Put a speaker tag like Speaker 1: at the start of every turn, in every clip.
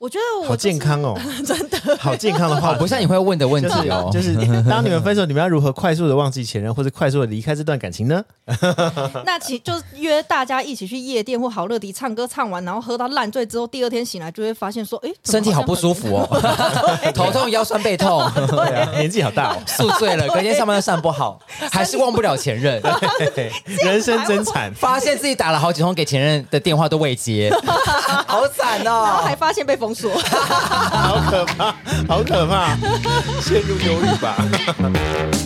Speaker 1: 我觉得我、
Speaker 2: 好
Speaker 1: 就是
Speaker 2: 健康 哦，
Speaker 1: 真 的
Speaker 2: 好健康的话
Speaker 3: 哦， 不像你会问的问
Speaker 2: 就
Speaker 3: 题
Speaker 2: 是
Speaker 3: 哦，
Speaker 2: 就是你当你们分手，你们要如何快速的忘记前任，或者快速的离开这段感情呢？
Speaker 1: 那其就约大家一起去夜店或好乐迪唱歌，唱完然后喝到烂醉之后，第二天醒来就会发现说，哎、怎么
Speaker 3: 身体好
Speaker 1: 像
Speaker 3: 不舒服哦，头痛、腰酸 背痛，
Speaker 2: 对啊，年纪好 大哦，
Speaker 3: 宿醉了，隔天上班又上不好，还是忘不了前 任，
Speaker 2: 对人生真惨。
Speaker 3: 发现自己打了好几通给前任的电话都未 接，好惨
Speaker 1: 然后
Speaker 3: 哦
Speaker 1: 还。发现被封锁。
Speaker 2: 好可怕，好可怕，陷入忧郁吧。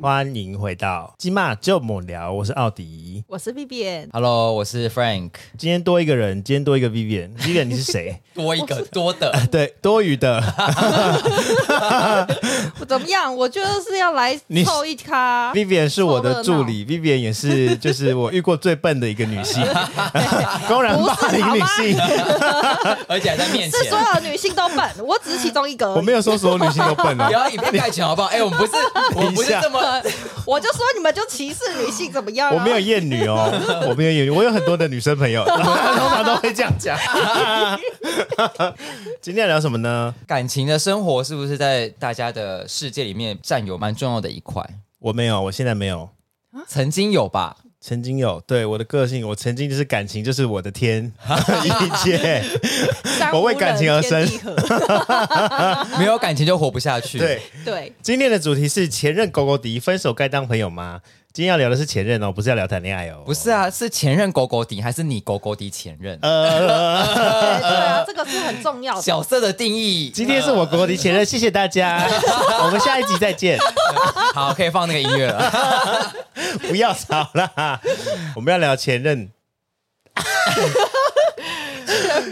Speaker 2: 欢迎回到金马就母聊，我是奥迪。
Speaker 1: 我是 B B N，
Speaker 3: Hello，我是 Frank，
Speaker 2: 今天多一个人，今天多一个 Vivian，Vivian 你是谁？
Speaker 3: 多一个多的，
Speaker 2: 对，多余的。
Speaker 1: 我怎么样？我就是要来
Speaker 2: 你
Speaker 1: 凑一咖。
Speaker 2: Vivian 是我的助理，Vivian 也是就是我遇过最笨的一个 女性，公然霸凌女性。
Speaker 3: 而且还在面
Speaker 1: 是所有的女性都笨，我只是其中一个而已。
Speaker 2: 我没有说 所有女性都笨
Speaker 3: 不
Speaker 2: 哦，
Speaker 3: 要以偏概全好不好？哎、我 们不是，我们不是这么，
Speaker 1: 我就说你们就歧视女性怎么样、啊？
Speaker 2: 我没有厌女哦，我没有厌女，我有很多的女生朋 友，然后她通常都会这样讲。 今天要聊什么呢？
Speaker 3: 感情的生活是不是在大家的世界里面占有蛮重要的一块？
Speaker 2: 我没有，我现在没有。
Speaker 3: 曾经有吧，
Speaker 2: 曾经有对我的个性，我曾经就是感情就是我的 天，一切
Speaker 1: 三无人
Speaker 2: 我为感情而生
Speaker 1: 天地合
Speaker 3: 没有感情就活不下去。
Speaker 2: 对。
Speaker 1: 对，
Speaker 2: 今天的主题是前任狗狗敌，分手该当朋友吗？今天要聊的是前任哦，不是要聊谈恋爱哦，
Speaker 3: 不是啊，是前任狗狗敌还是你狗狗敌前任？
Speaker 2: 呃
Speaker 1: 对对啊，这个是很重要的。
Speaker 3: 角色的定 义，
Speaker 2: 今天是我国的前任，谢谢 大家，我们下一集再见。
Speaker 3: 好，可以放那个音乐了。
Speaker 2: 不要吵啦，我们要聊前任，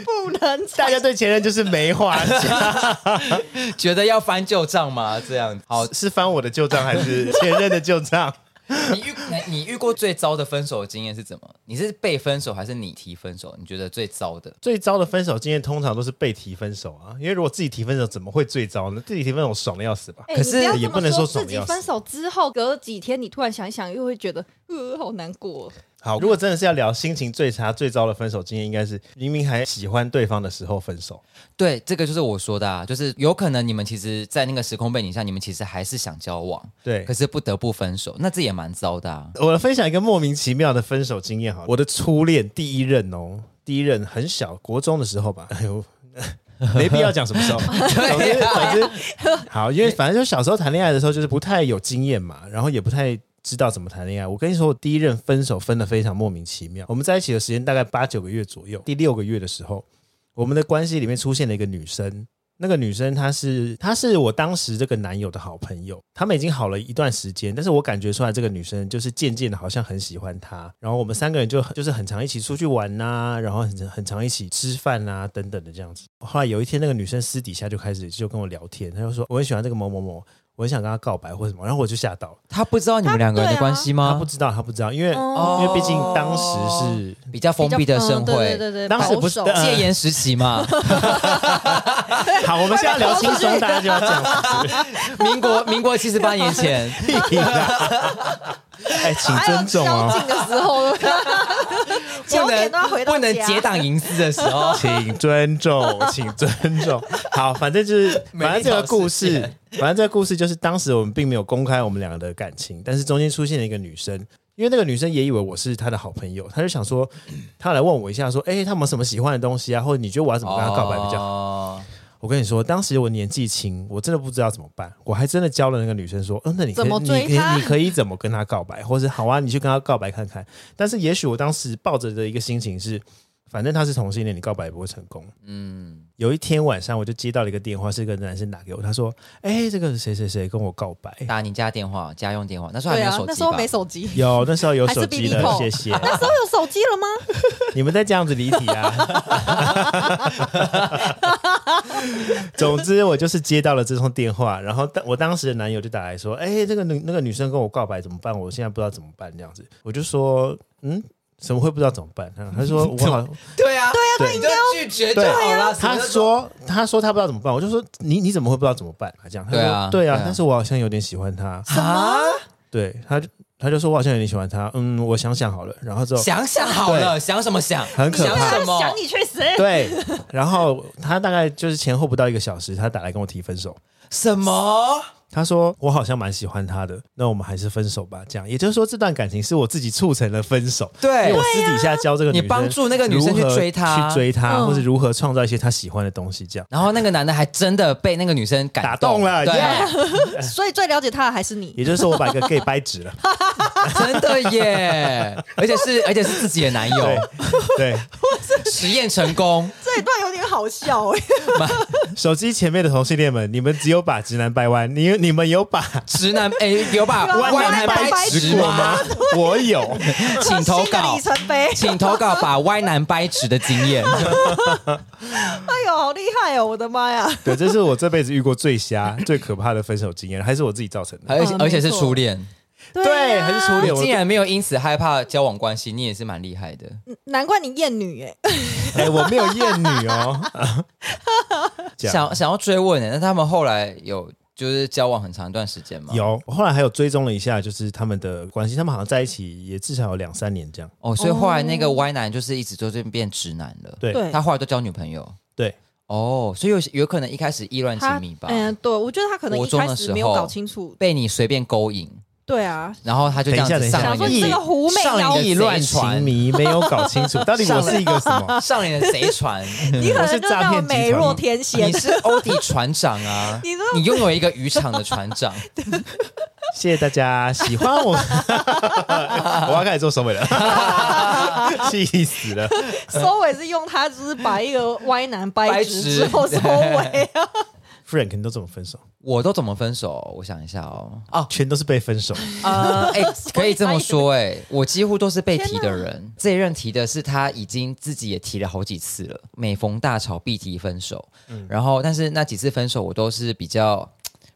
Speaker 1: 不能
Speaker 2: 大家对前任就是没话 讲，
Speaker 3: 觉得要翻旧账吗？这样好，
Speaker 2: 是翻我的旧账还是前任的旧账？
Speaker 3: 你遇 你遇过最糟的分手经验是怎么？你是被分手还是你提分手？你觉得最糟的？
Speaker 2: 最糟的分手经验通常都是被提分手啊，因为如果自己提分手怎么会最糟呢？自己提分手爽的要死吧？
Speaker 1: 哎
Speaker 3: 可是
Speaker 1: 你要
Speaker 2: 也
Speaker 1: 这么
Speaker 2: 不能说
Speaker 1: 说
Speaker 2: 爽
Speaker 1: 自己
Speaker 2: 要死
Speaker 1: 分手之后，隔几天你突然想一想，又会觉得呃好难过。
Speaker 2: 好，如果真的是要聊心情最差、最糟的分手经验，应该是明明还喜欢对方的时候分手。
Speaker 3: 对，这个就是我说的啊，就是有可能你们其实，在那个时空背景下，你们其实还是想交往，
Speaker 2: 对
Speaker 3: 可，是不得不分手，那这也蛮糟的啊。
Speaker 2: 我分享一个莫名其妙的分手经验好了，我的初恋第一任哦，第一任很小，国中的时候吧，哎呦。 没必要讲什么时候， 总之总之好，因为反正就小时候谈恋爱的时候，就是不太有经验嘛，然后也不太知道怎么谈恋爱。我跟你说，我第一任分手分的非常莫名其妙，我们在一起的时间大概八九个月左右，第六个月的时候，我们的关系里面出现了一个女生，那个女生她是她是我当时这个男友的好朋友，他们已经好了一段时间，但是我感觉出来这个女生就是渐渐的好像很喜欢他，然后我们三个人就就是很常一起出去玩呐、然后很很常一起吃饭呐、等等的这样子。后来有一天，那个女生私底下就开始就跟我聊天，她就说我很喜欢这个某某某，我很想跟他告白或什么，然后我就吓到了，
Speaker 3: 他不知道你们两个人的关系
Speaker 2: 她
Speaker 3: 吗
Speaker 2: 不？知道她不知道，因为、
Speaker 1: 哦
Speaker 2: 因为毕竟当时是
Speaker 3: 比较封闭的社
Speaker 1: 嗯
Speaker 3: 会，
Speaker 1: 对对对对，
Speaker 2: 当时不是
Speaker 1: 保守
Speaker 2: 呃
Speaker 3: 戒严时期嘛，
Speaker 2: 好，我们现在聊轻松，大家就要这样。
Speaker 3: 民国民国七十八年前，
Speaker 2: 屁啦 哎，请尊重
Speaker 1: 还有宵
Speaker 2: 哦，，
Speaker 1: 禁的时候， 九
Speaker 3: 啊 不能
Speaker 1: 点都要回到家
Speaker 3: 不能结党营私的时候
Speaker 2: 请尊重，请尊重。好，反正就是，
Speaker 3: 美
Speaker 2: 反正
Speaker 3: 丽
Speaker 2: 这个
Speaker 3: 岛
Speaker 2: 故
Speaker 3: 事
Speaker 2: 事反
Speaker 3: 件，
Speaker 2: 正这个故事就是，当时我们并没有公开我们两个的感情，但是中间出现了一个女生，因为那个女生也以为我是她的好朋友，她就想说，她来问我一下，说，哎、她有没有什么喜欢的东西啊，或者你觉 得我要怎么跟她告白比较好？
Speaker 3: 好。
Speaker 2: 我跟你说，当时我年纪轻，我真的不知道怎么办，我还真的教了那个女生说，嗯、那你可以
Speaker 1: 怎么追
Speaker 2: 你可
Speaker 1: 她
Speaker 2: 以你可以怎么跟她告白，或者好啊，你去跟她告白看看。但是也许我当时抱着的一个心情是，反正她是同性恋，你告白也不会成功。
Speaker 3: 嗯，
Speaker 2: 有一天晚上，我就接到了一个电话，是一个男生打给我，他说：“哎、这个谁谁谁跟我告白。
Speaker 3: 打你家电话，家用电话，那时候还
Speaker 1: 对
Speaker 3: 没有
Speaker 1: 啊
Speaker 3: 手，
Speaker 1: 那
Speaker 3: 机
Speaker 1: 时
Speaker 3: 吧？
Speaker 1: 候没手机”，
Speaker 2: 有那时候有
Speaker 1: 还是
Speaker 2: 手机
Speaker 1: BB
Speaker 2: 的，
Speaker 1: 扣
Speaker 2: 谢谢。
Speaker 1: 那时候有手机了吗？
Speaker 2: 你们再这样子离题啊！总之，我就是接到了这通电话，然后当我当时的男友就打来说：“哎、这个女那个女生跟我告白怎么办？我现在不知道怎么办。”这样子，我就说：“嗯，怎么会不知道怎么办？”他说：“我好，
Speaker 3: 对啊，对啊，啊
Speaker 2: 对
Speaker 3: 你就拒决
Speaker 1: 啊
Speaker 3: 就好了。什么
Speaker 2: 他
Speaker 3: 叫做
Speaker 2: 说他说他不知道怎么办，我就说你你怎么会不知道怎么办？他这样，他
Speaker 3: 对
Speaker 2: 说
Speaker 3: 啊
Speaker 2: 对
Speaker 3: 对
Speaker 2: 啊
Speaker 3: 啊，
Speaker 2: 但是我好像有点喜欢他，
Speaker 3: 啊，
Speaker 2: 对，他就他就说我好像有点喜欢他，嗯，我想想好了，然后之后
Speaker 3: 想想好了，想什么想？
Speaker 2: 很可怕
Speaker 3: 想啊什么？
Speaker 1: 啊想你去死！
Speaker 2: 对，然后他大概就是前后不到一个小时，他打来跟我提分手。
Speaker 3: 什么？
Speaker 2: 他说：“我好像蛮喜欢他的，那我们还是分手吧。”这样，也就是说，这段感情是我自己促成了分手。
Speaker 3: 对
Speaker 2: 因为我私底下教这个女生，
Speaker 3: 你帮助那个女生去追她
Speaker 2: 如何去追她，
Speaker 1: 嗯
Speaker 2: 或是如何创造一些她喜欢的东西，这样
Speaker 3: 然后那个男的还真的被那个女生感
Speaker 2: 打动了。
Speaker 3: 对，啊
Speaker 2: 耶
Speaker 1: 所以最了解他的还是你。
Speaker 2: 也就是说，我把一个 gay 掰直 了。
Speaker 3: 真的耶！而且是而且是自己的男
Speaker 2: 对
Speaker 3: 友，
Speaker 2: 对，
Speaker 3: 实验成功，
Speaker 1: 这一段有点好笑哎、
Speaker 2: 手机前面的同性恋们，你们只有把直男掰弯，你你们有把
Speaker 3: 直男哎，有把
Speaker 1: 弯
Speaker 3: 弯
Speaker 1: 男
Speaker 3: 男
Speaker 1: 掰
Speaker 3: 掰
Speaker 1: 直
Speaker 3: 直
Speaker 2: 过吗？？我有。
Speaker 3: 请投
Speaker 1: 新的
Speaker 3: 稿
Speaker 1: 里，程碑，
Speaker 3: 请投稿把歪男掰直的经验。
Speaker 1: 哎呦，好厉害哦！我的妈呀，
Speaker 2: 对，这是我这辈子遇过最瞎、最可怕的分手经验，还是我自己造成的。
Speaker 3: 而且
Speaker 1: 嗯
Speaker 3: 而且是
Speaker 1: 没错
Speaker 3: 初恋，啊
Speaker 1: 呀
Speaker 2: 很熟练。我
Speaker 3: 竟然没有因此害怕交往关系，你也是蛮厉害的。
Speaker 1: 难怪你厌女哎、
Speaker 2: 哎、我没有厌女 哦。这样
Speaker 3: 想想要追问欸的，那他们后来有就是交往很长一段时间吗？
Speaker 2: 有，我后来还有追踪了一下，就是他们的关系，他们好像在一起也至少有两三年这样。
Speaker 3: 哦，所以后来那个歪男就是一直都这变直男了。
Speaker 2: 对
Speaker 1: 对
Speaker 3: 他后来都交女朋友。
Speaker 2: 对
Speaker 3: 哦，所以有有可能一开始意乱
Speaker 1: 他
Speaker 3: 情迷吧，
Speaker 1: 嗯，对，我觉得他可能
Speaker 3: 国
Speaker 1: 一
Speaker 3: 中
Speaker 1: 开
Speaker 3: 的时
Speaker 1: 始
Speaker 3: 候
Speaker 1: 没有搞清楚。
Speaker 3: 被你随便勾引，
Speaker 1: 对啊，
Speaker 3: 然后他就这样
Speaker 2: 等
Speaker 3: 子
Speaker 2: 一下
Speaker 1: 想
Speaker 3: 上了
Speaker 1: 说
Speaker 2: 等
Speaker 1: 你
Speaker 2: 一下
Speaker 3: 你
Speaker 1: 这
Speaker 3: 的
Speaker 1: 个狐媚
Speaker 3: 上
Speaker 1: 妖
Speaker 3: 了你
Speaker 1: 女
Speaker 3: 的，乱
Speaker 2: 情
Speaker 3: 传
Speaker 2: 迷没有搞清 楚，到底我是一个什么？
Speaker 3: 上了 你的贼船，
Speaker 1: 你可能就是那种
Speaker 2: 我是诈骗集团
Speaker 1: 美若天仙
Speaker 3: 你，是欧弟船长啊，
Speaker 1: 你
Speaker 3: 你
Speaker 1: 都
Speaker 3: 拥有一个渔场的船 长，
Speaker 2: 谢谢大家喜欢我， 我要开始做收尾了， 气死了。
Speaker 1: 收尾啊是用他就是把一个歪男掰
Speaker 3: 掰
Speaker 1: 直
Speaker 3: 直
Speaker 1: 之 后收尾啊。
Speaker 2: Frank，你都怎么分手？
Speaker 3: 我都怎么分手？我想一下哦，哦，
Speaker 2: 全都是被分手。
Speaker 3: 啊，哎，可以这么说，哎，我几乎都是被提的人。这一任提的是他已经自己也提了好几次了，每逢大吵必提分手。然后，但是那几次分手我都是比较。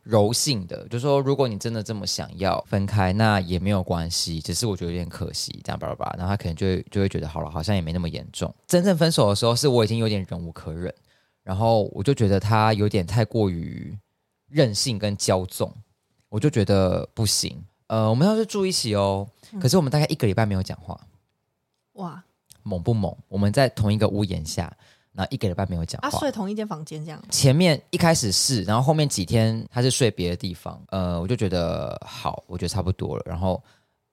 Speaker 3: 柔性的，就说如果你真的这么想要分开，那也没有关系，只是我觉得有点可惜，这样叭叭叭，然后他可能就会就会觉得好了，好像也没那么严重。真正分手的时候，是我已经有点忍无可忍，然后我就觉得他有点太过于任性跟骄纵，我就觉得不行。呃，我们要是住一起哦，可是我们大概一个礼拜没有讲话，
Speaker 1: 哇，
Speaker 3: 猛不猛？我们在同一个屋檐下，然后一个礼拜没有讲
Speaker 1: 啊，
Speaker 3: 话。
Speaker 1: 睡同一间房间这样，
Speaker 3: 前面一开始是，然后后面几天他是睡别的地方，呃，我就觉得好，我觉得差不多了。然后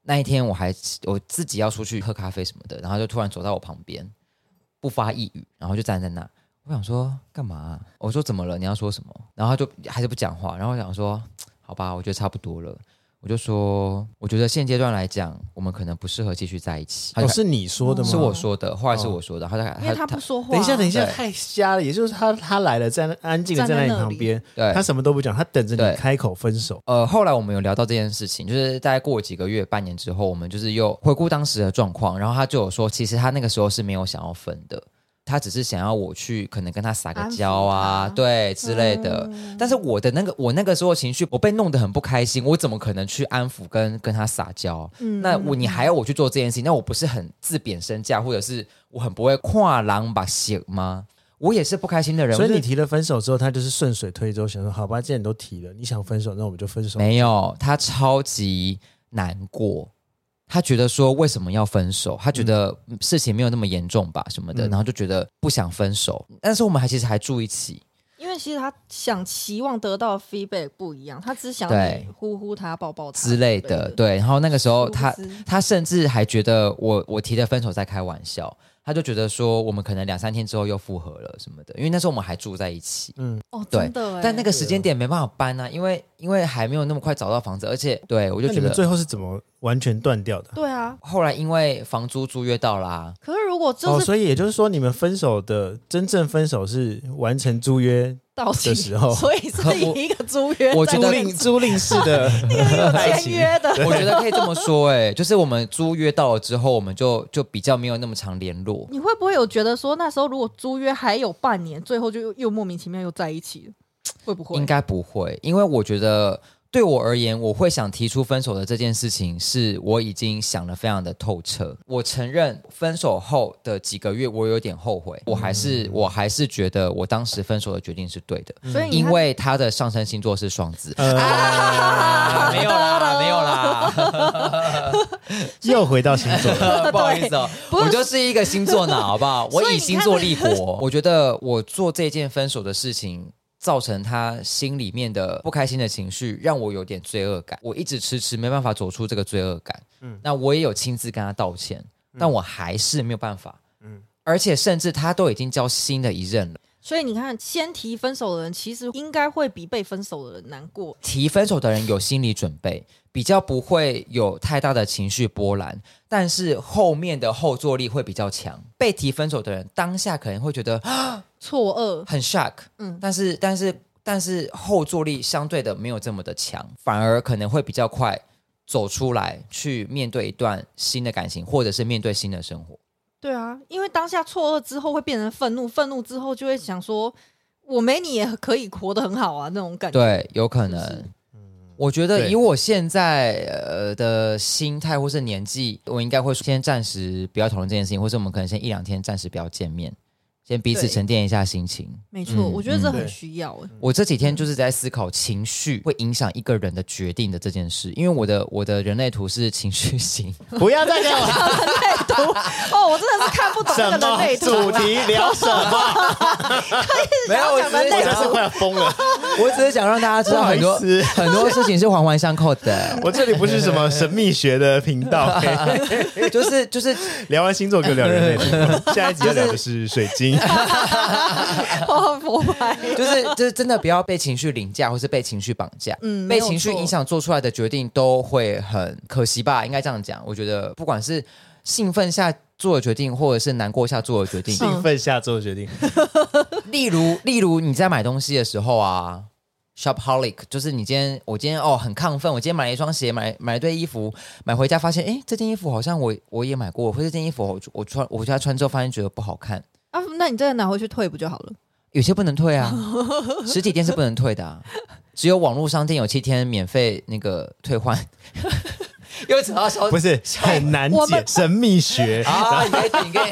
Speaker 3: 那一天我还我自己要出去喝咖啡什么的，然后他就突然走到我旁边，不发一语，然后就站在那。我想说干嘛啊、我说怎么了？你要说什么？然后他就还是不讲话。然后我想说，好吧，我觉得差不多了。我就说，我觉得现阶段来讲，我们可能不适合继续在一起。他
Speaker 2: 哦，
Speaker 3: 就是
Speaker 2: 你说的吗？
Speaker 3: 是我。说的，后来是我说的，他就
Speaker 1: 因为
Speaker 3: 他
Speaker 1: 他不说话。啊
Speaker 2: 等一下，等一下，
Speaker 3: 对
Speaker 2: 太瞎了。也就是他，他来了，站安静的站在
Speaker 1: 站
Speaker 2: 你
Speaker 1: 在那
Speaker 2: 旁
Speaker 1: 里
Speaker 2: 边，
Speaker 3: 对
Speaker 2: 他什么都不讲，他等着你
Speaker 3: 对
Speaker 2: 开口分手。
Speaker 3: 呃，后来我们有聊到这件事情，就是大概过几个月、半年之后，我们就是又回顾当时的状况，然后他就有说，其实他那个时候是没有想要分的，他只是想要我去可能跟他撒个
Speaker 1: 安抚
Speaker 3: 娇啊，
Speaker 1: 他嗯
Speaker 3: 对之类的。但是我的那个我那个时候情绪，我被弄得很不开心，我怎么可能去安抚跟跟他撒娇？
Speaker 1: 嗯
Speaker 3: 那我你还要我去做这件事情，那我不是很自贬身价，或者是我很不会跨狼把血吗？我也是不开心的人，
Speaker 2: 所以
Speaker 3: 我就
Speaker 2: 你提了分手之后，他就是顺水推舟，想说好吧，既然你都提了，你想分手，那我们就分手。
Speaker 3: 没有，他超级难过，他觉得说为什么要分手？他觉得事情没有那么严重吧，什么的，
Speaker 2: 嗯
Speaker 3: 然后就觉得不想分手。但是我们还其实还住一起，
Speaker 1: 因为其实他想期望得到的 feedback 不一样，他只想
Speaker 3: 对
Speaker 1: 你呼呼他、抱抱他
Speaker 3: 之类的，。对。然后那个时候他
Speaker 1: 殊不知
Speaker 3: 他甚至还觉得我我提的分手在开玩笑，他就觉得说我们可能两三天之后又复合了什么的，因为那时候我们还住在一起。
Speaker 2: 嗯
Speaker 1: 哦，
Speaker 3: 对
Speaker 1: 真的哎。
Speaker 3: 但那个时间点没办法搬啊，因为因为还没有那么快找到房子，而且对我就
Speaker 2: 那你
Speaker 3: 觉
Speaker 2: 们
Speaker 3: 得
Speaker 2: 最后是怎么完全断掉的？
Speaker 1: 对啊，
Speaker 3: 后来因为房租租约到啦、
Speaker 1: 可是如果
Speaker 2: 哦，
Speaker 1: 就是
Speaker 2: 所以也就是说，你们分手的真正分手是完成租约
Speaker 1: 到期
Speaker 2: 的时候
Speaker 1: 所以是以一个租约，
Speaker 3: 我
Speaker 2: 租
Speaker 3: 觉得
Speaker 2: 赁租赁式的 爱
Speaker 1: 签
Speaker 2: 情。
Speaker 1: 约 的。
Speaker 3: 我觉得可以这么说、哎，就是我们租约到了之后，我们就就比较没有那么常联络。
Speaker 1: 你会不会有觉得说，那时候如果租约还有半年，最后就又又莫名其妙又在一起了，会不会？
Speaker 3: 应该不会，因为我觉得对我而言，我会想提出分手的这件事情，是我已经想得非常的透彻。我承认，分手后的几个月，我有点后悔，我还是、我还是觉得我当时分手的决定是对的，
Speaker 1: 所以你
Speaker 3: 嗯因
Speaker 1: 看
Speaker 3: 为他的上升星座是双子。
Speaker 2: 呃
Speaker 3: 啊
Speaker 1: 啊
Speaker 3: 没有啦，没有啦，
Speaker 2: 又回到星 座了。
Speaker 3: 不好意思哦，
Speaker 1: 不是
Speaker 3: 我就是一个星座脑，好不好？我
Speaker 1: 所以
Speaker 3: 以
Speaker 1: 你
Speaker 3: 星
Speaker 1: 看
Speaker 3: 座
Speaker 1: 这
Speaker 3: 立 国，我觉得我做这件分手的事情。造成他心里面的不开心的情绪，让我有点罪恶感。我一直迟迟没办法走出这个罪恶感。嗯，那我也有亲自跟他道歉，但我还是没有办法。嗯，而且甚至他都已经交新的一任了。
Speaker 1: 所以你看，先提分手的人其实应该会比被分手的人难过。
Speaker 3: 提分手的人有心理准备，比较不会有太大的情绪波澜，但是后面的后坐力会比较强。被提分手的人当下可能会觉得啊
Speaker 1: 错愕，
Speaker 3: 很 shock，
Speaker 1: 嗯
Speaker 3: 但是但是但是后坐力相对的没有这么的强，反而可能会比较快走出来，去面对一段新的感情，或者是面对新的生活。
Speaker 1: 对啊，因为当下错愕之后会变成愤怒，愤怒之后就会想说，我没你也可以活得很好啊，那种感觉。
Speaker 3: 对，有可
Speaker 1: 是
Speaker 3: 能。我觉得
Speaker 2: 嗯对
Speaker 3: 以我现在呃的心态或是年纪，我应该会先暂时不要讨论这件事情，或是我们可能先一两天暂时不要见面，先彼此
Speaker 1: 对
Speaker 3: 沉淀一下心情。
Speaker 1: 没错，
Speaker 3: 嗯
Speaker 1: 我觉得这
Speaker 2: 嗯
Speaker 1: 很
Speaker 2: 对
Speaker 1: 需要、欸。
Speaker 3: 我这几天就是在思考情绪会影响一个人的决定的这件事，因为我的我的人类图是情绪 型，
Speaker 2: 不要再讲了，
Speaker 1: 啊哦，我真的是看不懂那个
Speaker 2: 什
Speaker 1: 人
Speaker 2: 么
Speaker 1: 类图，
Speaker 2: 主题聊什么？
Speaker 3: 没有，我只是
Speaker 2: 我真是
Speaker 3: 想，
Speaker 2: 快要疯了。
Speaker 3: 我只是想让大家知道很多
Speaker 2: 不好意思
Speaker 3: 很多事情是环环相扣 的，
Speaker 2: 我这里不是什么神秘学的频道，嘿
Speaker 3: 就是就是
Speaker 2: 聊完星座就聊人类图。下一集要聊的是水 晶，
Speaker 1: 哦，佛牌。
Speaker 3: 就是就是真的不要被情绪凌驾，或是被情绪绑架。
Speaker 1: 嗯
Speaker 3: 被
Speaker 1: 没有
Speaker 3: 情绪
Speaker 1: 错
Speaker 3: 影响做出来的决定都会很可惜吧？应该这样讲。我觉得不管是兴奋下做的决定，或者是难过下做的决定，
Speaker 2: 兴奋下周决定。
Speaker 3: 例如例如你在买东西的时候啊。Shopholic 就是你今天，我今天哦很亢奋，我今天买了一双鞋，买买了一对衣服，买回家发现，哎，这件衣服好像我我也买过，或者这件衣服我我穿我回家穿之后发现觉得不好看，
Speaker 1: 啊，那你真的拿回去退不就好了？
Speaker 3: 有些不能 退啊，实体店是不能退的、啊，只有网络商店有七天免费那个退换。 又扯到消
Speaker 2: 不是很难
Speaker 1: 我
Speaker 2: 解
Speaker 1: 们
Speaker 2: 神秘学，
Speaker 3: 啊！你可以，你可以。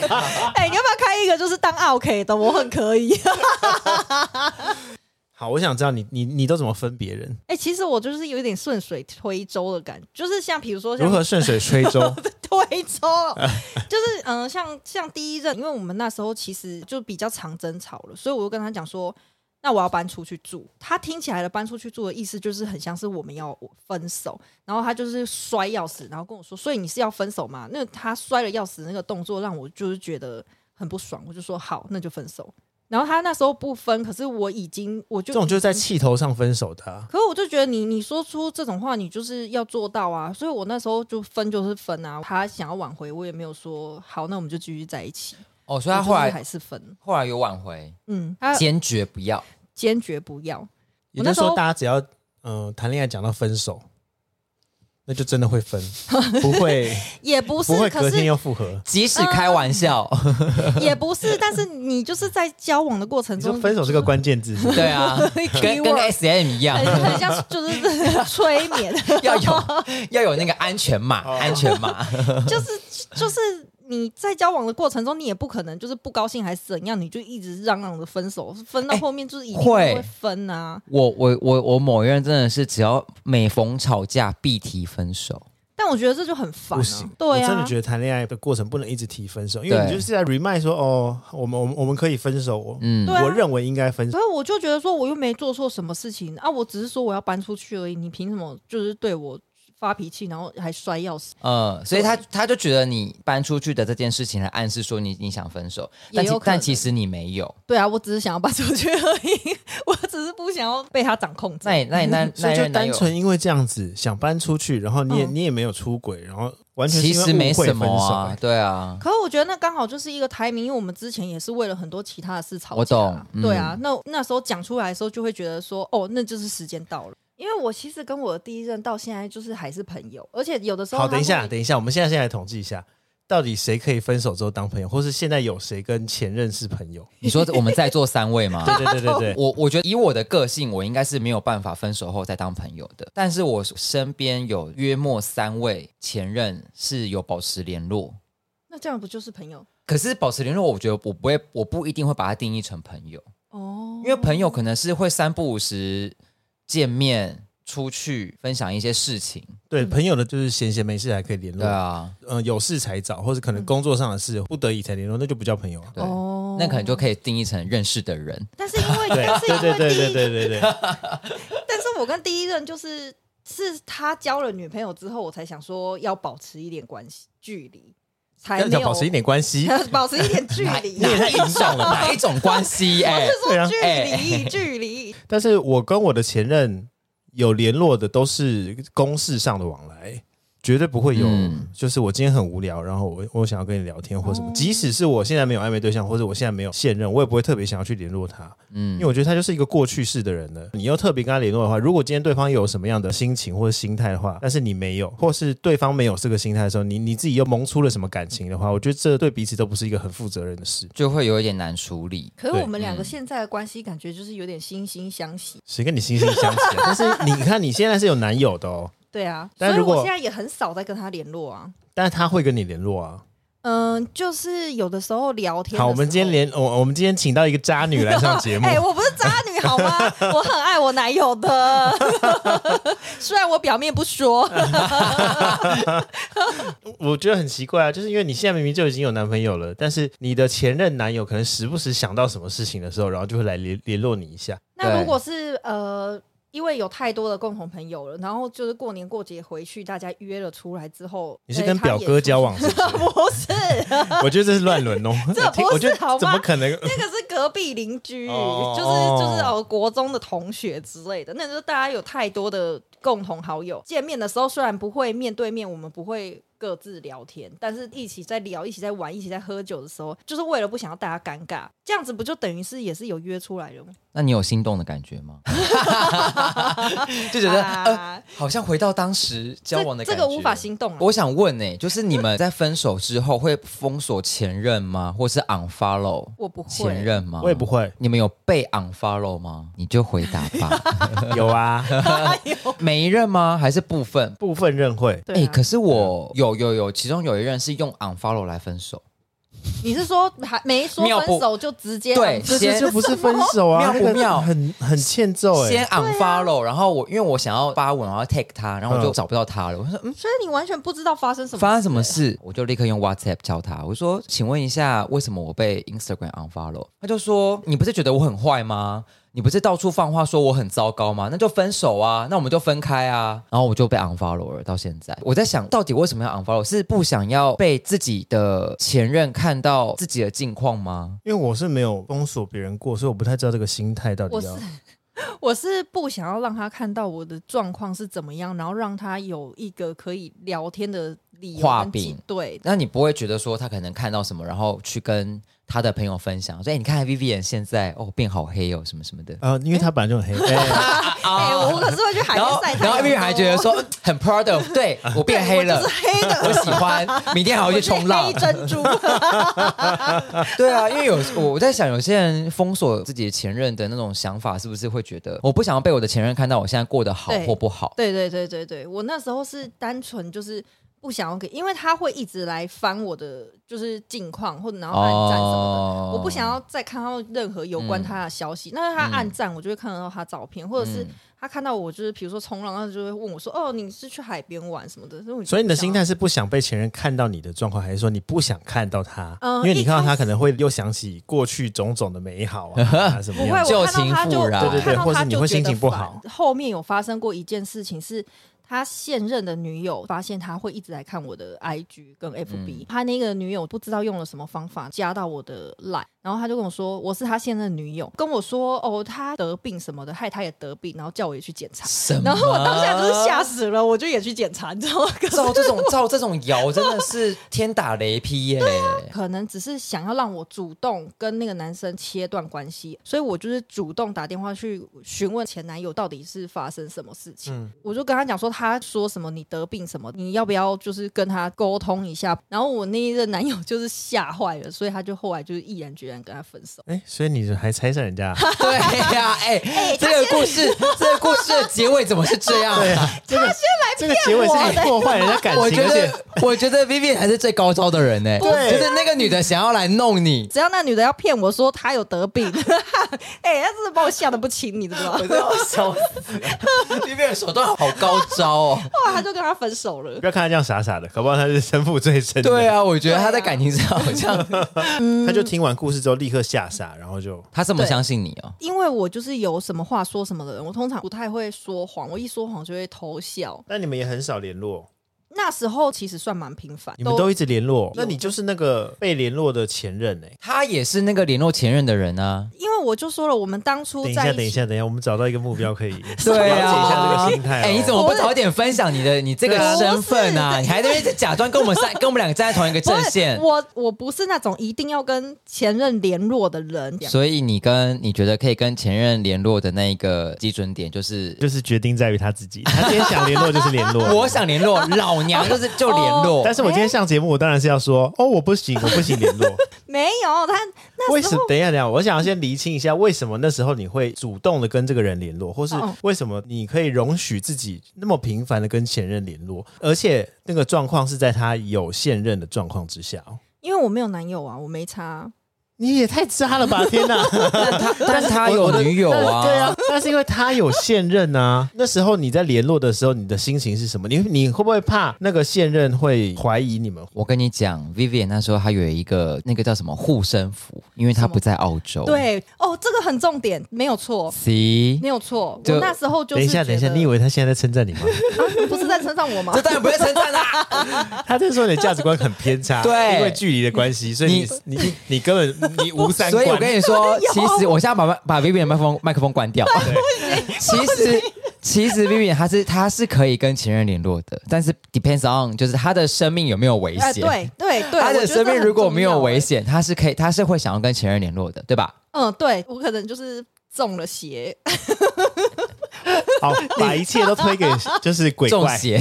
Speaker 1: 哎、你要不要开一个就是当 OK 的？我很可以。
Speaker 2: 好，我想知道你你你都怎么分别人？
Speaker 1: 哎、其实我就是有一点顺水推舟的感觉，就是像比如说像
Speaker 2: 如何顺水推 舟？
Speaker 1: 推舟哦，就是嗯、呃像像第一任，因为我们那时候其实就比较常争吵了，所以我就跟他讲说，那我要搬出去住。他听起来的搬出去住的意思就是很像是我们要分手，然后他就是摔钥匙，然后跟我说，所以你是要分手吗？那他摔了钥匙那个动作让我就是觉得很不爽，我就说好，那就分手。然后他那时候不分，可是我已经我就
Speaker 2: 这种就是在气头上分手的啊、
Speaker 1: 可我就觉得你你说出这种话，你就是要做到啊，所以我那时候就分就是分啊，他想要挽回，我也没有说好，那我们就继续在一起。
Speaker 3: 哦，所以
Speaker 1: 我
Speaker 3: 他
Speaker 1: 就是
Speaker 3: 后来
Speaker 1: 还是分，
Speaker 3: 后来有挽回，
Speaker 1: 嗯，他
Speaker 3: 坚决不要。
Speaker 1: 坚决不要。
Speaker 2: 也
Speaker 1: 我
Speaker 2: 就
Speaker 1: 那
Speaker 2: 是
Speaker 1: 时候
Speaker 2: 说，大家只要嗯谈恋爱讲到分手，那就真的 会分，不会
Speaker 1: 也不是
Speaker 2: 不，会
Speaker 1: 可
Speaker 2: 隔天
Speaker 1: 是
Speaker 2: 又复合。
Speaker 3: 即使
Speaker 1: 呃
Speaker 3: 开玩笑，
Speaker 1: 嗯也不是，但是你就是在交往的过程
Speaker 2: 你说
Speaker 1: 中，
Speaker 2: 分手是个关键字是不是，
Speaker 3: 对 啊，跟跟
Speaker 1: Keyword
Speaker 3: S M 一样，
Speaker 1: 很很像就是 催眠，
Speaker 3: 要有要有那个安全码，安全码。
Speaker 1: 就是就是你在交往的过程中，你也不可能就是不高兴还是怎样，你就一直嚷嚷着分手，分到
Speaker 3: 哎
Speaker 1: 后面就是一定
Speaker 3: 会
Speaker 1: 会分啊。
Speaker 3: 我我我我某一任真的是只要每逢吵架必提分手。
Speaker 1: 但我觉得这就很烦
Speaker 2: 不行
Speaker 1: 啊，，对
Speaker 2: 我
Speaker 1: 啊，
Speaker 2: 真的觉得谈恋爱的过程不能一直提分手，因为你
Speaker 3: 对
Speaker 2: 就是在 remind 说哦，我们我们我们可以分手，我、
Speaker 3: 嗯
Speaker 1: 对啊
Speaker 2: 我认为应该分手。
Speaker 1: 所以我就觉得说，我又没做错什么事情啊，我只是说我要搬出去而已，你凭什么就是对我发脾气，然后还摔钥匙？
Speaker 3: 呃，所以他他就觉得你搬出去的这件事情来暗示说你你想分手，但
Speaker 1: 也有
Speaker 3: 其
Speaker 1: 可能
Speaker 3: 但其实你没有。
Speaker 1: 对啊，我只是想要搬出去而已， 我只是不想要被他掌控
Speaker 3: 那
Speaker 1: 在。
Speaker 3: 你那你那
Speaker 2: 所
Speaker 3: 那
Speaker 2: 以
Speaker 3: 一
Speaker 2: 就
Speaker 3: 任男
Speaker 2: 单
Speaker 3: 友，
Speaker 2: 纯因为这样子想搬出去，然后你也、
Speaker 1: 嗯
Speaker 2: 你也没有出轨，然后完全是
Speaker 3: 其
Speaker 2: 因为
Speaker 3: 实没
Speaker 2: 误会
Speaker 3: 什
Speaker 2: 分
Speaker 3: 么
Speaker 2: 手
Speaker 3: 啊，对啊，
Speaker 1: 可我觉得那刚好就是一个台名，因为我们之前也是为了很多其他的事吵架。
Speaker 3: 我懂嗯
Speaker 1: 对啊，那那时候讲出来的时候，就会觉得说，哦，那就是时间到了。因为我其实跟我的第一任到现在就是还是朋友，而且有的时候
Speaker 2: 好，
Speaker 1: 他
Speaker 2: 等一下，
Speaker 1: 会
Speaker 2: 等一下，我们现在先来统计一下，到底谁可以分手之后当朋友，或是现在有谁跟前任是朋友？
Speaker 3: 你说我们在座三位 吗？
Speaker 2: 对对对对对，
Speaker 3: 我我觉得以我的个性，我应该是没有办法分手后再当朋友的。但是我身边有约莫三位前任是有保持联络，
Speaker 1: 那这样不就是朋友
Speaker 3: 可是保持联络，我觉得我不会，我不一定会把它定义成朋友，
Speaker 1: 哦？
Speaker 3: 因为朋友可能是会三不五时见面、出去分享一些事情。
Speaker 2: 对朋友的就是闲闲没事还可以联
Speaker 3: 对
Speaker 2: 络，
Speaker 3: 啊，嗯
Speaker 2: 嗯，有事才找，或是可能工作上的事不得已才联络，那就不叫朋友 啊。
Speaker 3: 对，
Speaker 1: 哦
Speaker 3: 那可能就可以定义成认识的人。
Speaker 1: 但是因为，
Speaker 2: 对
Speaker 1: 但是因
Speaker 2: 对
Speaker 1: 为
Speaker 2: 对对
Speaker 1: 第
Speaker 2: 对
Speaker 1: 一，
Speaker 2: 对对对，
Speaker 1: 但是我跟第一任就是是他交了女朋友之后，我才想说要保持一点关系距离，才
Speaker 2: 要
Speaker 1: 没
Speaker 2: 想
Speaker 1: 有
Speaker 2: 保 持一点关系，
Speaker 1: 保持一点距
Speaker 3: 哪
Speaker 1: 离。
Speaker 3: 哪一种 哪一种关系？哎、
Speaker 1: 就
Speaker 2: 对啊
Speaker 1: 说距离，距 离。
Speaker 2: 但是我跟我的前任有联络的都是公事上的往来，绝对不会有、
Speaker 3: 嗯
Speaker 2: 就是我今天很无聊，然后我我想要跟你聊天或什么。即使是我现在没有暧昧对象，或者我现在没有现任，我也不会特别想要去联络他，因
Speaker 3: 嗯
Speaker 2: 为，我觉得他就是一个过去式的人了。你又特别跟他联络的话，如果今天对方有什么样的心情或者心态的话，但是你没有，或是对方没有这个心态的时候，你你自己又萌出了什么感情的话，我觉得这对彼此都不是一个很负责任的事。
Speaker 3: 就会有一点难处理。
Speaker 1: 可是
Speaker 2: 对
Speaker 1: 我们两个
Speaker 3: 嗯
Speaker 1: 现在的关系感觉就是有点惺惺相惜，
Speaker 2: 谁跟你惺惺相惜、 啊？但是你看，你现在是有男友的哦，
Speaker 1: 对啊，所
Speaker 2: 但
Speaker 1: 以
Speaker 2: 如果
Speaker 1: 我现在也很少在跟他联络啊。
Speaker 2: 但是他会跟你联络啊。
Speaker 1: 嗯，就是有的时候聊天的时候。哦
Speaker 2: 好，我们今天连我我们今天请到一个渣女来上节目，
Speaker 1: 哎、我不是渣女好吗？ 我很爱我男友的， 虽然我表面不 说。
Speaker 2: 我觉得很奇怪啊，就是因为你现在明明就已经有男朋友了，但是你的前任男友可能时不时想到什么事情的时候，然后就会来联联络你一下。
Speaker 1: 那如果是呃，因为有太多的共同朋友了，然后就是过年过节回去，大家约了出来之后，
Speaker 2: 你是
Speaker 1: 哎
Speaker 2: 跟
Speaker 1: 他
Speaker 2: 表
Speaker 1: 也
Speaker 2: 哥
Speaker 1: 出
Speaker 2: 交往是不是？
Speaker 1: 不是，
Speaker 2: 我觉得这是乱伦哦，
Speaker 1: 这不是
Speaker 2: 我觉
Speaker 1: 好吗
Speaker 2: 得怎么可能？
Speaker 1: 那个是隔壁邻居，
Speaker 2: 哦
Speaker 1: 就是就是哦，国中的同学之类的。那就是大家有太多的共同好友，见面的时候虽然不会面对面，我们不会各自聊天，但是一起在聊、一起在玩、一起在喝酒的时候，就是为了不想要大家尴尬，这样子不就等于是也是有约出来了吗？
Speaker 3: 那你有心动的感 觉吗？就觉得、呃、
Speaker 1: 啊，
Speaker 3: 好像回到当时交往的
Speaker 1: 这
Speaker 3: 感
Speaker 1: 这
Speaker 3: 觉。
Speaker 1: 个无法。心动啊。
Speaker 3: 我想问呢、欸就是你们在分手之后会封锁前任吗？或是 unfollow
Speaker 1: 我不会
Speaker 3: 前 任吗？
Speaker 2: 我也不。会，
Speaker 3: 你们有被 unfollow 吗？你就回答吧。
Speaker 2: 有啊，
Speaker 1: 哎呦，
Speaker 3: 每一任吗？还是部分？
Speaker 2: 部分任会，
Speaker 1: 对、
Speaker 3: 哎、
Speaker 1: 啊
Speaker 3: 可是我有有有，其中有一任是用 unfollow 来分手，
Speaker 1: 你是说还没说
Speaker 3: 妙
Speaker 1: 分
Speaker 3: 不
Speaker 1: 手就直接啊
Speaker 3: 对
Speaker 2: 这
Speaker 3: 先
Speaker 2: 这就不是分手啊，
Speaker 3: 妙不
Speaker 2: 那个
Speaker 3: 妙
Speaker 2: 很很欠揍哎、
Speaker 3: 先
Speaker 1: 啊
Speaker 3: unfollow，、然后我因为我想要发文，然后 take 他，然后我就找不到他了。我说嗯，
Speaker 1: 所以你完全不知道发生什么，
Speaker 3: 发生什么？事？我就立刻用 WhatsApp 教他，我说：“请问一下，为什么我被 Instagram unfollow？” 他就说：“你不是觉得我很坏吗？你不是到处放话说我很糟糕吗？那就分手啊，那我们就分开啊。”然后我就被 unfollow 了。到现在，我在想到底为什么要 unfollow？是不想要被自己的前任看到自己的近况吗？
Speaker 2: 因为我是没有封锁别人过，所以我不太知道这个心态到底
Speaker 1: 我
Speaker 2: 要
Speaker 1: 是。我是不想要让他看到我的状况是怎么样，然后让他有一个可以聊天的理由
Speaker 3: 画
Speaker 1: 跟基
Speaker 3: 饼
Speaker 1: 对，
Speaker 3: 那你不会觉得说他可能看到什么，然后去跟他的朋友分享，所以、哎你看 Vivian 现在哦变好黑哦，什么什 么的。
Speaker 2: 啊、因为他本来就很黑。哎
Speaker 1: 哎、我可是会去海边
Speaker 3: 然后
Speaker 1: 晒，太
Speaker 3: 然
Speaker 1: 阳
Speaker 3: 后
Speaker 1: 的哦。
Speaker 3: Amy 还觉得说嗯很 proud of，对 我变黑了
Speaker 1: 我就，是黑 的，
Speaker 3: 我喜 欢，明天还要
Speaker 1: 我
Speaker 3: 去
Speaker 1: 是
Speaker 3: 冲浪
Speaker 1: 黑。珍珠。
Speaker 3: 对啊，因为有我我在想，有些人封锁自己的前任的那种想法，是不是会觉得我不想要被我的前任看到我现在过得好
Speaker 1: 对
Speaker 3: 或不好？
Speaker 1: 对对对对对，我那时候是单纯就是不想要给，因为他会一直来翻我的就是近况或者然后暗赞什么的。
Speaker 3: 哦
Speaker 1: 我不想
Speaker 2: 哦
Speaker 1: 要再看到任何
Speaker 2: 嗯
Speaker 1: 有关他的消息。那他暗赞，我就会看得到他照片，或者是
Speaker 3: 嗯
Speaker 1: 他看到我就是比如说冲浪，他就会问我说：“哦，你是去海边玩什么的？”所以我就
Speaker 2: 所以你的
Speaker 1: 不想
Speaker 2: 心态是不想被前任看到你的状况，还是说你不想看到他？
Speaker 1: 嗯
Speaker 2: 因为你看到
Speaker 1: 一开
Speaker 2: 他
Speaker 1: 始
Speaker 2: 可能会又想起过去种种的美好啊，什么
Speaker 1: 不
Speaker 2: 样子？
Speaker 1: 会，我
Speaker 3: 旧
Speaker 1: 看
Speaker 3: 情
Speaker 1: 到他就
Speaker 3: 复
Speaker 1: 我
Speaker 3: 燃对对
Speaker 1: 看
Speaker 2: 对
Speaker 1: 到
Speaker 2: 或是
Speaker 1: 他
Speaker 2: 你
Speaker 1: 就
Speaker 2: 会
Speaker 1: 觉
Speaker 2: 心
Speaker 1: 得
Speaker 2: 情不
Speaker 1: 烦
Speaker 2: 好。
Speaker 1: 后面有发生过一件事情是。他现任的女友发现他会一直来看我的 IG 跟
Speaker 2: 嗯
Speaker 1: FB，、他那个女友不知道用了什么方法加到我的 Line，然后他就跟我说我是他现任的女友，跟我说哦他得病什么的，害他也得病，然后叫我也去检查，
Speaker 3: 什么？
Speaker 1: 然后我当下就是吓死了，我就也去检查，你知道吗？可是
Speaker 3: 照这种照这种谣，真的是天打雷劈 耶！
Speaker 1: 可能只是想要让我主动跟那个男生切断关系，所以我就是主动打电话去询问前男友到底是发生什么事情。我就跟他讲说，他说什么你得病什么，你要不要就是跟他沟通一下？然后我那一任男友就是吓坏了，所以他就后来就是毅然决然跟他分手。
Speaker 2: 哎，所以你还拆散人家？
Speaker 3: 对呀、哎、这个 故事，这个故事的结尾怎么是这样、
Speaker 2: 对啊，这个这个结尾
Speaker 1: 我
Speaker 2: 是
Speaker 1: 的
Speaker 2: 破坏人家感
Speaker 3: 我
Speaker 2: 情，
Speaker 3: 觉
Speaker 2: 而且
Speaker 3: 得，我觉得 Vivian 还是最高招的人呢、
Speaker 2: 对
Speaker 3: 就是那个女的想要来弄你，
Speaker 1: 只要那女的要骗我说她有得病， 哎、她真的把我吓得不轻，你知 道吗？
Speaker 3: 真的要笑死！Vivian 手段好高招哦。
Speaker 1: 后来他就跟他分手了
Speaker 2: 不。要看他这样傻傻的，搞不好他是身负最深的。
Speaker 3: 对，啊，我觉得她在感情上好像，
Speaker 2: 啊他就听完故事之后立刻吓傻，然后就
Speaker 3: 她这么相信你哦。
Speaker 1: 因为我就是有什么话说什么的人，我通常不太会说谎，我一说谎就会偷笑。
Speaker 2: 那你们也很少联络，
Speaker 1: 那时候其实算蛮频繁，
Speaker 2: 你们都一直联络，那你就是那个被联络的前任哎、
Speaker 3: 她也是那个联络前任的人啊。
Speaker 1: 因为我就说了，我们当初
Speaker 2: 等一
Speaker 1: 在
Speaker 2: 下，等一下，等一下，我们找到一个目标可以了解
Speaker 3: 对啊，
Speaker 2: 一下这个心态哦、
Speaker 3: 哎、你怎么不早点分享你的你这个
Speaker 1: 对啊
Speaker 3: 身份
Speaker 1: 不
Speaker 3: 啊？
Speaker 1: 是
Speaker 3: 你还在那边假装跟我们三跟我们两个站在同一个阵线
Speaker 1: 不是。我我不是那种一定要跟前任联络的人，
Speaker 3: 所以你跟你觉得可以跟前任联络的那一个基准点，就是
Speaker 2: 就是决定在于他自己，他今天想联络就是联 络，
Speaker 3: 我。想联络，老娘就是就联络。
Speaker 2: 但是我今天上节目，我当然是要说，哦，我不行，我不行联络。
Speaker 1: 没有他
Speaker 2: 为
Speaker 1: 那
Speaker 2: 什
Speaker 1: 时
Speaker 2: 么
Speaker 1: 候？
Speaker 2: 等一下，等一下，我想要先厘清一下，为什么那时候你会主动的跟这个人联络，或是
Speaker 1: 哦
Speaker 2: 为什么你可以容许自己那么频繁的跟前任联络，而且那个状况是在他有现任的状况之下哦。
Speaker 1: 因为我没有男友啊，我没 差。
Speaker 2: 你也太渣了吧！天 哪，
Speaker 3: 但是他有女友啊，
Speaker 2: 对啊，那是因为他有现任啊。 那时候你在联络的时候，你的心情是什么？你你会不会怕那个现任会怀疑你们？
Speaker 3: 我跟你讲，Vivian 那时候她有一个那个叫什么护身符，因为她不在澳洲。
Speaker 1: 对哦，这个很重点，没有错，
Speaker 3: ，C，
Speaker 1: 没有错。
Speaker 3: 就
Speaker 1: 我那时候就是
Speaker 2: 等一下，等一下，
Speaker 1: 觉得
Speaker 2: 你以为他现在在称赞你吗？
Speaker 1: 啊不是在称赞我吗
Speaker 3: 这？当然不是称赞啊 啦。
Speaker 2: 他在说你的价值观很偏差，
Speaker 3: 对
Speaker 2: 因为距离的关系，所以你你你根本你无三
Speaker 3: 所
Speaker 2: 观。
Speaker 3: 以我跟你说，其实我现在把麦把 Vivian 的麦克风麦克风关掉。 其实其实 Vivian 她是她是可以跟前任联络的，但是 depends on 就是她的生命有没有危
Speaker 1: 哎，
Speaker 3: 险。。
Speaker 1: 对对对，
Speaker 3: 她
Speaker 1: 我
Speaker 3: 的
Speaker 1: 觉得
Speaker 3: 生
Speaker 1: 这
Speaker 3: 命
Speaker 1: 很
Speaker 3: 如果没
Speaker 1: 重
Speaker 3: 有
Speaker 1: 要
Speaker 3: 危
Speaker 1: 欸，
Speaker 3: 险，她是可以，她是会想要跟前任联络的，对吧？
Speaker 1: 嗯，对我可能就是中了邪，
Speaker 2: 好，把一切都推给就是鬼
Speaker 3: 中
Speaker 2: 怪。
Speaker 3: 邪，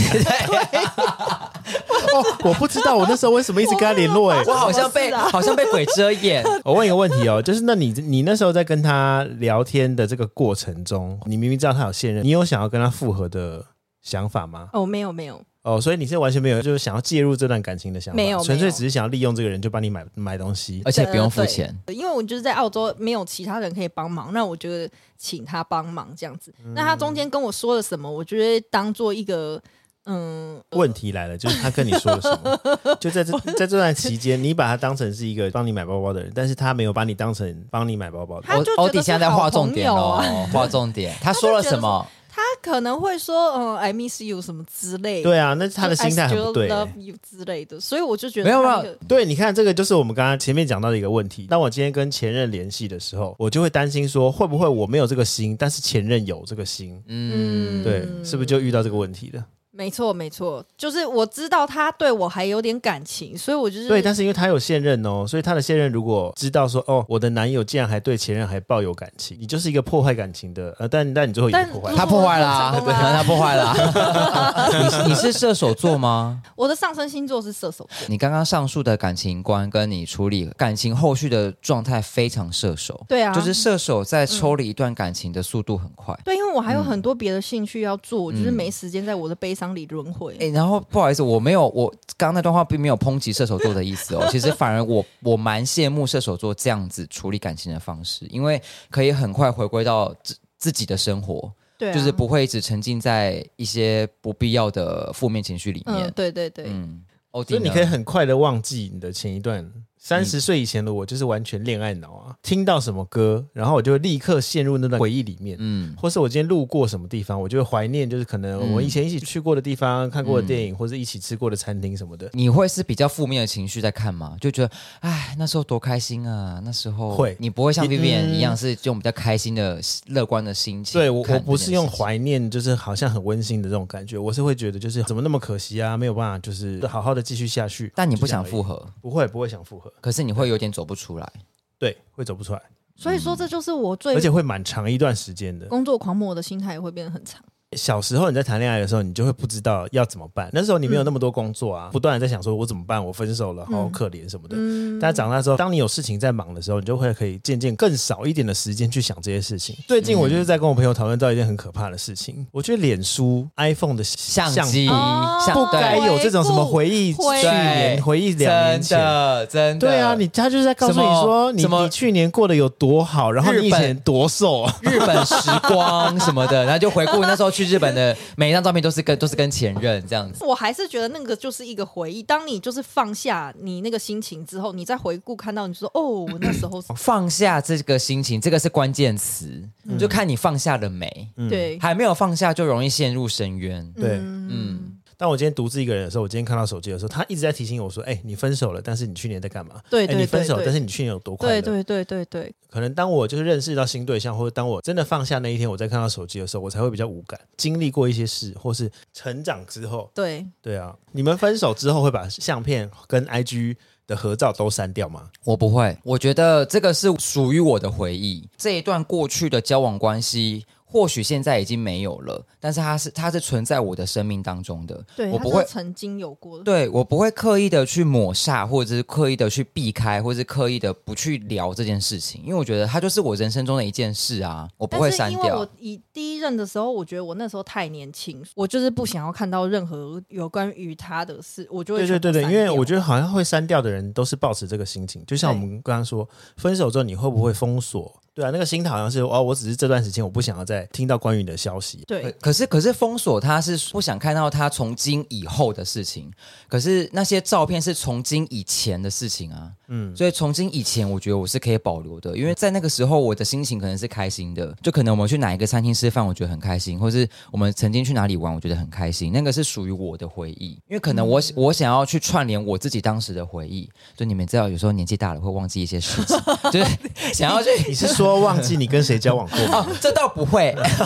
Speaker 2: 哦，我不知道我那时候为什么一直跟他联络 哎、
Speaker 3: 我好像被
Speaker 1: 什么事啊
Speaker 3: 好像被鬼遮 眼。
Speaker 2: 我问一个问题哦，就是那你你那时候在跟他聊天的这个过程中，你明明知道他有现任，你有想要跟他复合的想法吗？
Speaker 1: 哦，没有没有，
Speaker 2: 哦，所以你是完全没有就是想要介入这段感情的想法，
Speaker 1: 没有
Speaker 2: 纯粹
Speaker 1: 没有呃
Speaker 2: 只是想要利用这个人就帮你买买东西。
Speaker 3: 而且不用付
Speaker 1: 对
Speaker 3: 钱。，
Speaker 1: 对因为我就是在澳洲没有其他人可以帮忙，那我觉得请他帮忙这样子。那他中间跟我说了什么，我就会当做一个嗯，
Speaker 2: 问题来了，就是他跟你说了什 么？就在这在这段期间，你把他当成是一个帮你买包包的人，但是他没有把你当成帮你买包包的人。
Speaker 1: 他
Speaker 3: 欧
Speaker 1: 就觉
Speaker 3: 欧
Speaker 1: 得
Speaker 3: 迪现在
Speaker 1: 是
Speaker 3: 在划
Speaker 1: 好
Speaker 3: 重
Speaker 1: 朋
Speaker 3: 点
Speaker 1: 友
Speaker 3: 哦
Speaker 1: 啊，
Speaker 3: 划重点。他说了什么？
Speaker 1: 他可能会说嗯，I miss you 什么之类的，
Speaker 2: 对啊，那是他的心态很不
Speaker 1: I
Speaker 2: 对、欸
Speaker 1: still love you 之类的，所以我就觉得
Speaker 3: 没有
Speaker 1: 他
Speaker 3: 没
Speaker 1: 那
Speaker 3: 有
Speaker 1: 个，
Speaker 2: 对，你看，这个就是我们刚刚前面讲到的一个问题。当我今天跟前任联系的时候，我就会担心说，会不会我没有这个心，但是前任有这个心？
Speaker 3: 嗯，
Speaker 2: 对，是不是就遇到这个问题了？
Speaker 1: 没错没错，就是我知道他对我还有点感情，所以我就是
Speaker 2: 对，但是因为他有现任哦，所以他的现任如果知道说，哦，我的男友竟然还对前任还抱有感情，你就是一个破坏感情的，呃，但但你最后也
Speaker 1: 但
Speaker 2: 破坏
Speaker 1: 如
Speaker 2: 了。
Speaker 3: 他破坏啦，
Speaker 1: 嗯成功啦
Speaker 3: 对他破坏啦。 你你是射手座吗？
Speaker 1: 我的上升星座是射手座。
Speaker 3: 你刚刚上述的感情观跟你处理感情后续的状态非常射手，
Speaker 1: 对啊，
Speaker 3: 就是射手在抽离一段感情的速度很快。
Speaker 1: 对，因为我还有很多别的兴趣要做，我就是没时间在我的悲伤里轮回。
Speaker 3: 哎、然后不好意思，我没有，我刚刚那段话并没有抨击射手座的意思哦。 其实反而我我蛮羡慕射手座这样子处理感情的方式，因为可以很快回归到自自己的生活，
Speaker 1: 对、啊，
Speaker 3: 就是不会一直沉浸在一些不必要的负面情绪里
Speaker 1: 嗯，
Speaker 3: 面。
Speaker 1: 对对对，
Speaker 3: 嗯，欧弟
Speaker 2: 所
Speaker 3: 呢，
Speaker 2: 以你可以很快的忘记你的前一段。
Speaker 1: 嗯
Speaker 2: 三十岁以前的我就是完全恋爱脑啊，听到什么歌，然后我就会立刻陷入那段回忆里面。
Speaker 3: 嗯，
Speaker 2: 或是我今天路过什么地方，我就会怀念，就是可能我
Speaker 1: 嗯
Speaker 2: 们以前一起去过的地方、看过的电影，或者一起吃过的餐厅什么的。
Speaker 3: 你会是比较负面的情绪在看吗？就觉得哎，那时候多开心啊，那时候
Speaker 2: 会
Speaker 3: 你不会像
Speaker 2: 嗯
Speaker 3: Vivian 一样是用比较开心的、乐观的心情看这件事情。
Speaker 2: 对我，我不是用怀念，就是好像很温馨的这种感觉，我是会觉得就是怎么那么可惜啊，没有办法，就是好好的继续下去。
Speaker 3: 但你
Speaker 2: 就
Speaker 3: 不
Speaker 2: 这样
Speaker 3: 想
Speaker 2: 而已
Speaker 3: 复，合，
Speaker 2: 不会不会想复合，
Speaker 3: 可是你会有点走不出来。
Speaker 2: 对，会走不出来，
Speaker 1: 所以说这就是我最
Speaker 3: 哎
Speaker 2: 而且会蛮长一段时间的。
Speaker 1: 工作狂魔的心态也会变得很长。
Speaker 2: 小时候你在谈恋爱的时候，你就会不知道要怎么办。那时候你没有那么多工作
Speaker 3: 嗯
Speaker 2: 啊，不断的在想说我怎么办，我分手了，好可怜什么的。
Speaker 3: 嗯
Speaker 2: 但长大之后，当你有事情在忙的时候，你就会可以渐渐更少一点的时间去想这些事
Speaker 3: 嗯
Speaker 2: 情。最近我就是在跟我朋友讨论到一件很可怕的事情，我觉得脸书 iPhone 的
Speaker 3: 相机
Speaker 1: 哦
Speaker 3: 相
Speaker 2: 不该
Speaker 3: 对
Speaker 1: 回
Speaker 2: 有这种什么
Speaker 1: 顾
Speaker 2: 回忆去
Speaker 1: 回
Speaker 2: 年、
Speaker 3: 对
Speaker 2: 回忆两年
Speaker 3: 真
Speaker 2: 前。
Speaker 3: 的真的，
Speaker 2: 对啊，你他就是在告诉你
Speaker 3: 什么
Speaker 2: 说，你
Speaker 3: 什么
Speaker 2: 你去年过得有多好，然后你以
Speaker 3: 日本
Speaker 2: 前多瘦啊。
Speaker 3: 日本时光什么的， 然后就回顾那时候去日本的每一张照片都是跟都是跟前任这样子。
Speaker 1: 我还是觉得那个就是一个回忆。当你就是放下你那个心情之后，你再回顾看到，你就说哦，我那时候是
Speaker 3: 放下这个心情，这个是关键词，就看你放下了没。
Speaker 2: 嗯
Speaker 1: 对，
Speaker 3: 还没有放下，就容易陷入深渊。
Speaker 2: 对，
Speaker 1: 嗯，
Speaker 2: 当我今天独自一个人的时候，我今天看到手机的时候，他一直在提醒我说：“哎、你分手了，但是你去年在干嘛？
Speaker 1: 对
Speaker 2: 哎
Speaker 1: 对
Speaker 2: 你分手了，
Speaker 1: 对对
Speaker 2: 但是你去年有多快乐？”
Speaker 1: 对对对对对，
Speaker 2: 可能当我就是认识到新对象，或者当我真的放下那一天，我在看到手机的时候，我才会比较无感。经历过一些事，或是成长之后，
Speaker 1: 对，
Speaker 2: 对啊，你们分手之后会把相片跟 IG 的合照都删掉吗？
Speaker 3: 我不会，我觉得这个是属于我的回忆。这一段过去的交往关系，或许现在已经没有了，但是它是它是存在我的生命当中的。
Speaker 1: 对，
Speaker 3: 我
Speaker 1: 他
Speaker 3: 不
Speaker 1: 是
Speaker 3: 会
Speaker 1: 曾经有过的，
Speaker 3: 对我不会刻意的去抹煞，或者是刻意的去避开，或者是刻意的不去聊这件事情，因为我觉得它就是我人生中的一件事啊，我不会
Speaker 1: 但
Speaker 3: 删
Speaker 1: 是因为
Speaker 3: 掉
Speaker 1: 我。以第一任的时候，我觉得我那时候太年轻，我就是不想要看到任何有关于他的事，我就会
Speaker 2: 对对对对，因为我觉
Speaker 1: 得
Speaker 2: 得好像会删掉的人都是抱持这个心情，就像我们刚刚说，分手之后你会不会封锁？对啊，那个心态好像是哦，我只是这段时间我不想要再听到关于你的消息，
Speaker 3: 可
Speaker 1: 对
Speaker 3: 呃可是可是封锁它是不想看到它从今以后的事情，可是那些照片是从今以前的事情啊，嗯，所以从今以前我觉得我是可以保留的，因为在那个时候我的心情可能是开心的，就可能我们去哪一个餐厅吃饭，我觉得很开心，或是我们曾经去哪里玩，我觉得很开心，那个是属于我的回忆，因为可能我、我想要去串联我自己当时的回忆，就你们知道有时候年纪大了会忘记一些事情， 就是想要去。
Speaker 2: 你是说忘记你跟谁交往过吗？
Speaker 3: 哦，这倒不会，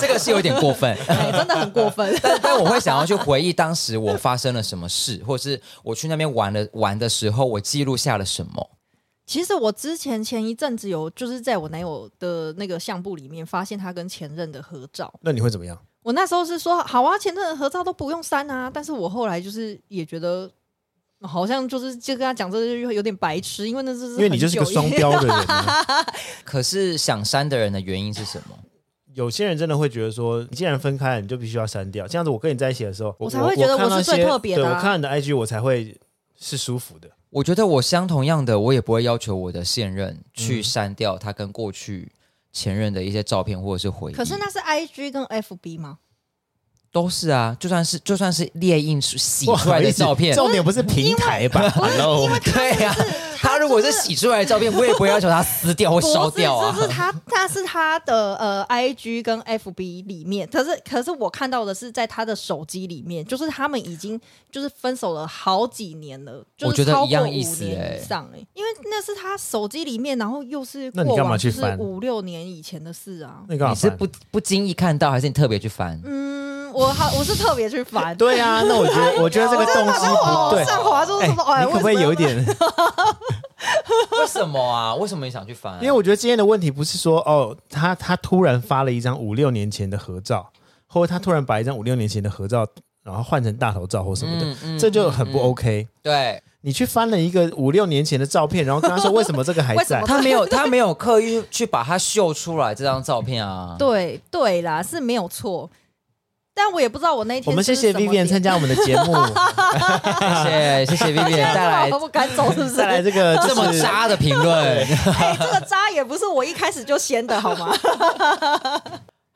Speaker 3: 这个是有点过分。。
Speaker 1: 哎真的很过分
Speaker 3: 但 但我会想要去回忆当时我发生了什么事，或是我去那边玩了玩的时候，我记录下了什么。
Speaker 1: 其实我之前前一阵子有就是在我男友的那个相簿里面发现他跟前任的合照，
Speaker 2: 那你会怎么样？
Speaker 1: 我那时候是说好啊，前任的合照都不用删啊，但是我后来就是也觉得。好像就是就跟他讲这个就有点白痴，因为那是
Speaker 2: 因为你就是个双标 的人啊、
Speaker 3: 可是想删的人的原因是什么？
Speaker 2: 有些人真的会觉得说，你既然分开了，你就必须要删掉。这样子，我跟你在一起的时候，
Speaker 1: 我才会觉得
Speaker 2: 看到
Speaker 1: 我是最
Speaker 2: 一些
Speaker 1: 特别的啊
Speaker 2: 对我看到你的 IG，我才会是舒服的。
Speaker 3: 我觉得我相同样的，我也不会要求我的现任去删掉他跟过去前任的一些照片或者是回忆。
Speaker 1: 可是那是 I G 跟 F B 吗？
Speaker 3: 都是啊，就算是就算是列印洗
Speaker 2: 哇
Speaker 3: 出来的 照片，
Speaker 2: 重点不是平台吧？Hello，
Speaker 3: 对啊，他如果是洗出来的照片，我也不会要求他撕掉或
Speaker 1: 不
Speaker 3: 烧掉啊
Speaker 1: 是，。这是他，他是他的呃，I G 跟 F B 里面，可是可是我看到的是在他的手机里面，就是他们已经就是分手了好几年了，就
Speaker 3: 我
Speaker 1: 是
Speaker 3: 觉得
Speaker 1: 超
Speaker 3: 一
Speaker 1: 过
Speaker 3: 样
Speaker 1: 五
Speaker 3: 意思
Speaker 1: 年
Speaker 3: 欸
Speaker 1: 以上哎、因为那是他手机里面，然后又是
Speaker 2: 那你
Speaker 1: 过
Speaker 2: 干嘛
Speaker 1: 往
Speaker 2: 去
Speaker 1: 就是
Speaker 2: 翻
Speaker 1: 五六年以前的事啊。
Speaker 2: 那干嘛
Speaker 3: 你是
Speaker 2: 翻？
Speaker 3: 不不经意看到，还是你特别去翻？
Speaker 1: 嗯，我好，我是特别去翻，
Speaker 2: 对啊，那我 觉得，我觉得这个动机
Speaker 1: 哎我
Speaker 2: 不对。
Speaker 1: 上滑就是什么，哎，
Speaker 2: 你可不可
Speaker 1: 为
Speaker 2: 以
Speaker 1: 什么要
Speaker 2: 有一点？
Speaker 3: 为什么啊？为什么你想去翻、
Speaker 2: 因为我觉得今天的问题不是说哦，他他突然发了一张五六年前的合照，或者他突然把一张五六年前的合照，然后换成大头照或什么的，
Speaker 3: 嗯
Speaker 2: 这就很不
Speaker 3: 嗯
Speaker 2: OK。
Speaker 3: 对
Speaker 2: 你去翻了一个五六年前的照片，然后跟他说为什么这个还
Speaker 1: 为什
Speaker 2: 在
Speaker 1: 么？
Speaker 3: 他没有，他没有刻意去把它秀出来这张照片啊。
Speaker 1: 对对啦，是没有错，但我也不知道我那天
Speaker 2: 我们谢
Speaker 1: 是
Speaker 2: 谢
Speaker 1: 什么
Speaker 2: Vivian
Speaker 1: 点
Speaker 2: 参加我们的节目，
Speaker 3: 谢谢谢谢 Vivian 带来
Speaker 1: 哎啊我不敢走，是不 是？
Speaker 2: 再来这个
Speaker 3: 这么
Speaker 2: 渣，
Speaker 3: 渣的评论。
Speaker 1: 哎，这个渣也不是我一开始就先的好吗？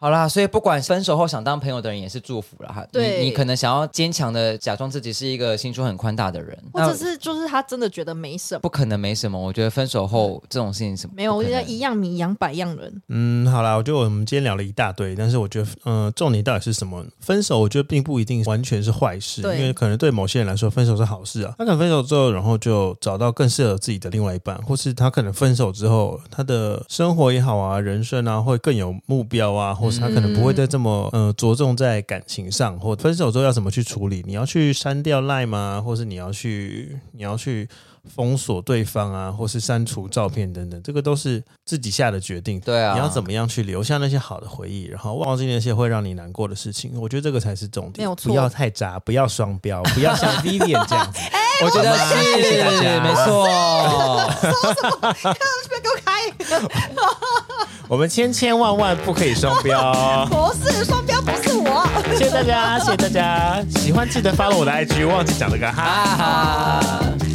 Speaker 3: 好啦，所以不管分手后想当朋友的人也是祝福了哈。
Speaker 1: 对
Speaker 3: 你你可能想要坚强的假装自己是一个心胸很宽大的人，
Speaker 1: 或者是就是他真的觉得没什么，
Speaker 3: 不可能没什么。我觉得分手后这种事情什么
Speaker 1: 没有，我觉
Speaker 3: 觉
Speaker 1: 得一样米养百样人。
Speaker 2: 嗯，好啦，我觉得我们今天聊了一大堆，但是我觉得，嗯、重点到底是什么？分手，我觉得并不一定完全是坏事，因
Speaker 1: 对
Speaker 2: 为可能对某些人来说，分手是好事啊。他可能分手之后，然后就找到更适合自己的另外一半，或是他可能分手之后，他的生活也好啊，人生啊，会更有目标啊，或或是他可能不会再这么嗯、呃着重在感情上，或分手之后要怎么去处理？你要去删掉 Line 吗？或是你要去你要去封锁对方啊，或是删除照片等等，这个都是自己下的决定。
Speaker 3: 对啊
Speaker 2: 你要怎么样去留下那些好的回忆，然后忘记那些会让你难过的事情？我觉得这个才是重点。
Speaker 1: 没有错
Speaker 2: 不要太渣，不要双标，不要像 Vivian 这样子。
Speaker 3: 我觉得
Speaker 2: 谢
Speaker 3: 是，
Speaker 2: 谢大家
Speaker 3: 没错。
Speaker 1: 不要给我开，
Speaker 2: 我们千千万万不可以双标 哦。
Speaker 1: 不是双标，不是我。
Speaker 2: 谢谢大家，谢谢大家，喜欢记得 follow 我的 IG，忘记讲这个哈。
Speaker 3: 啊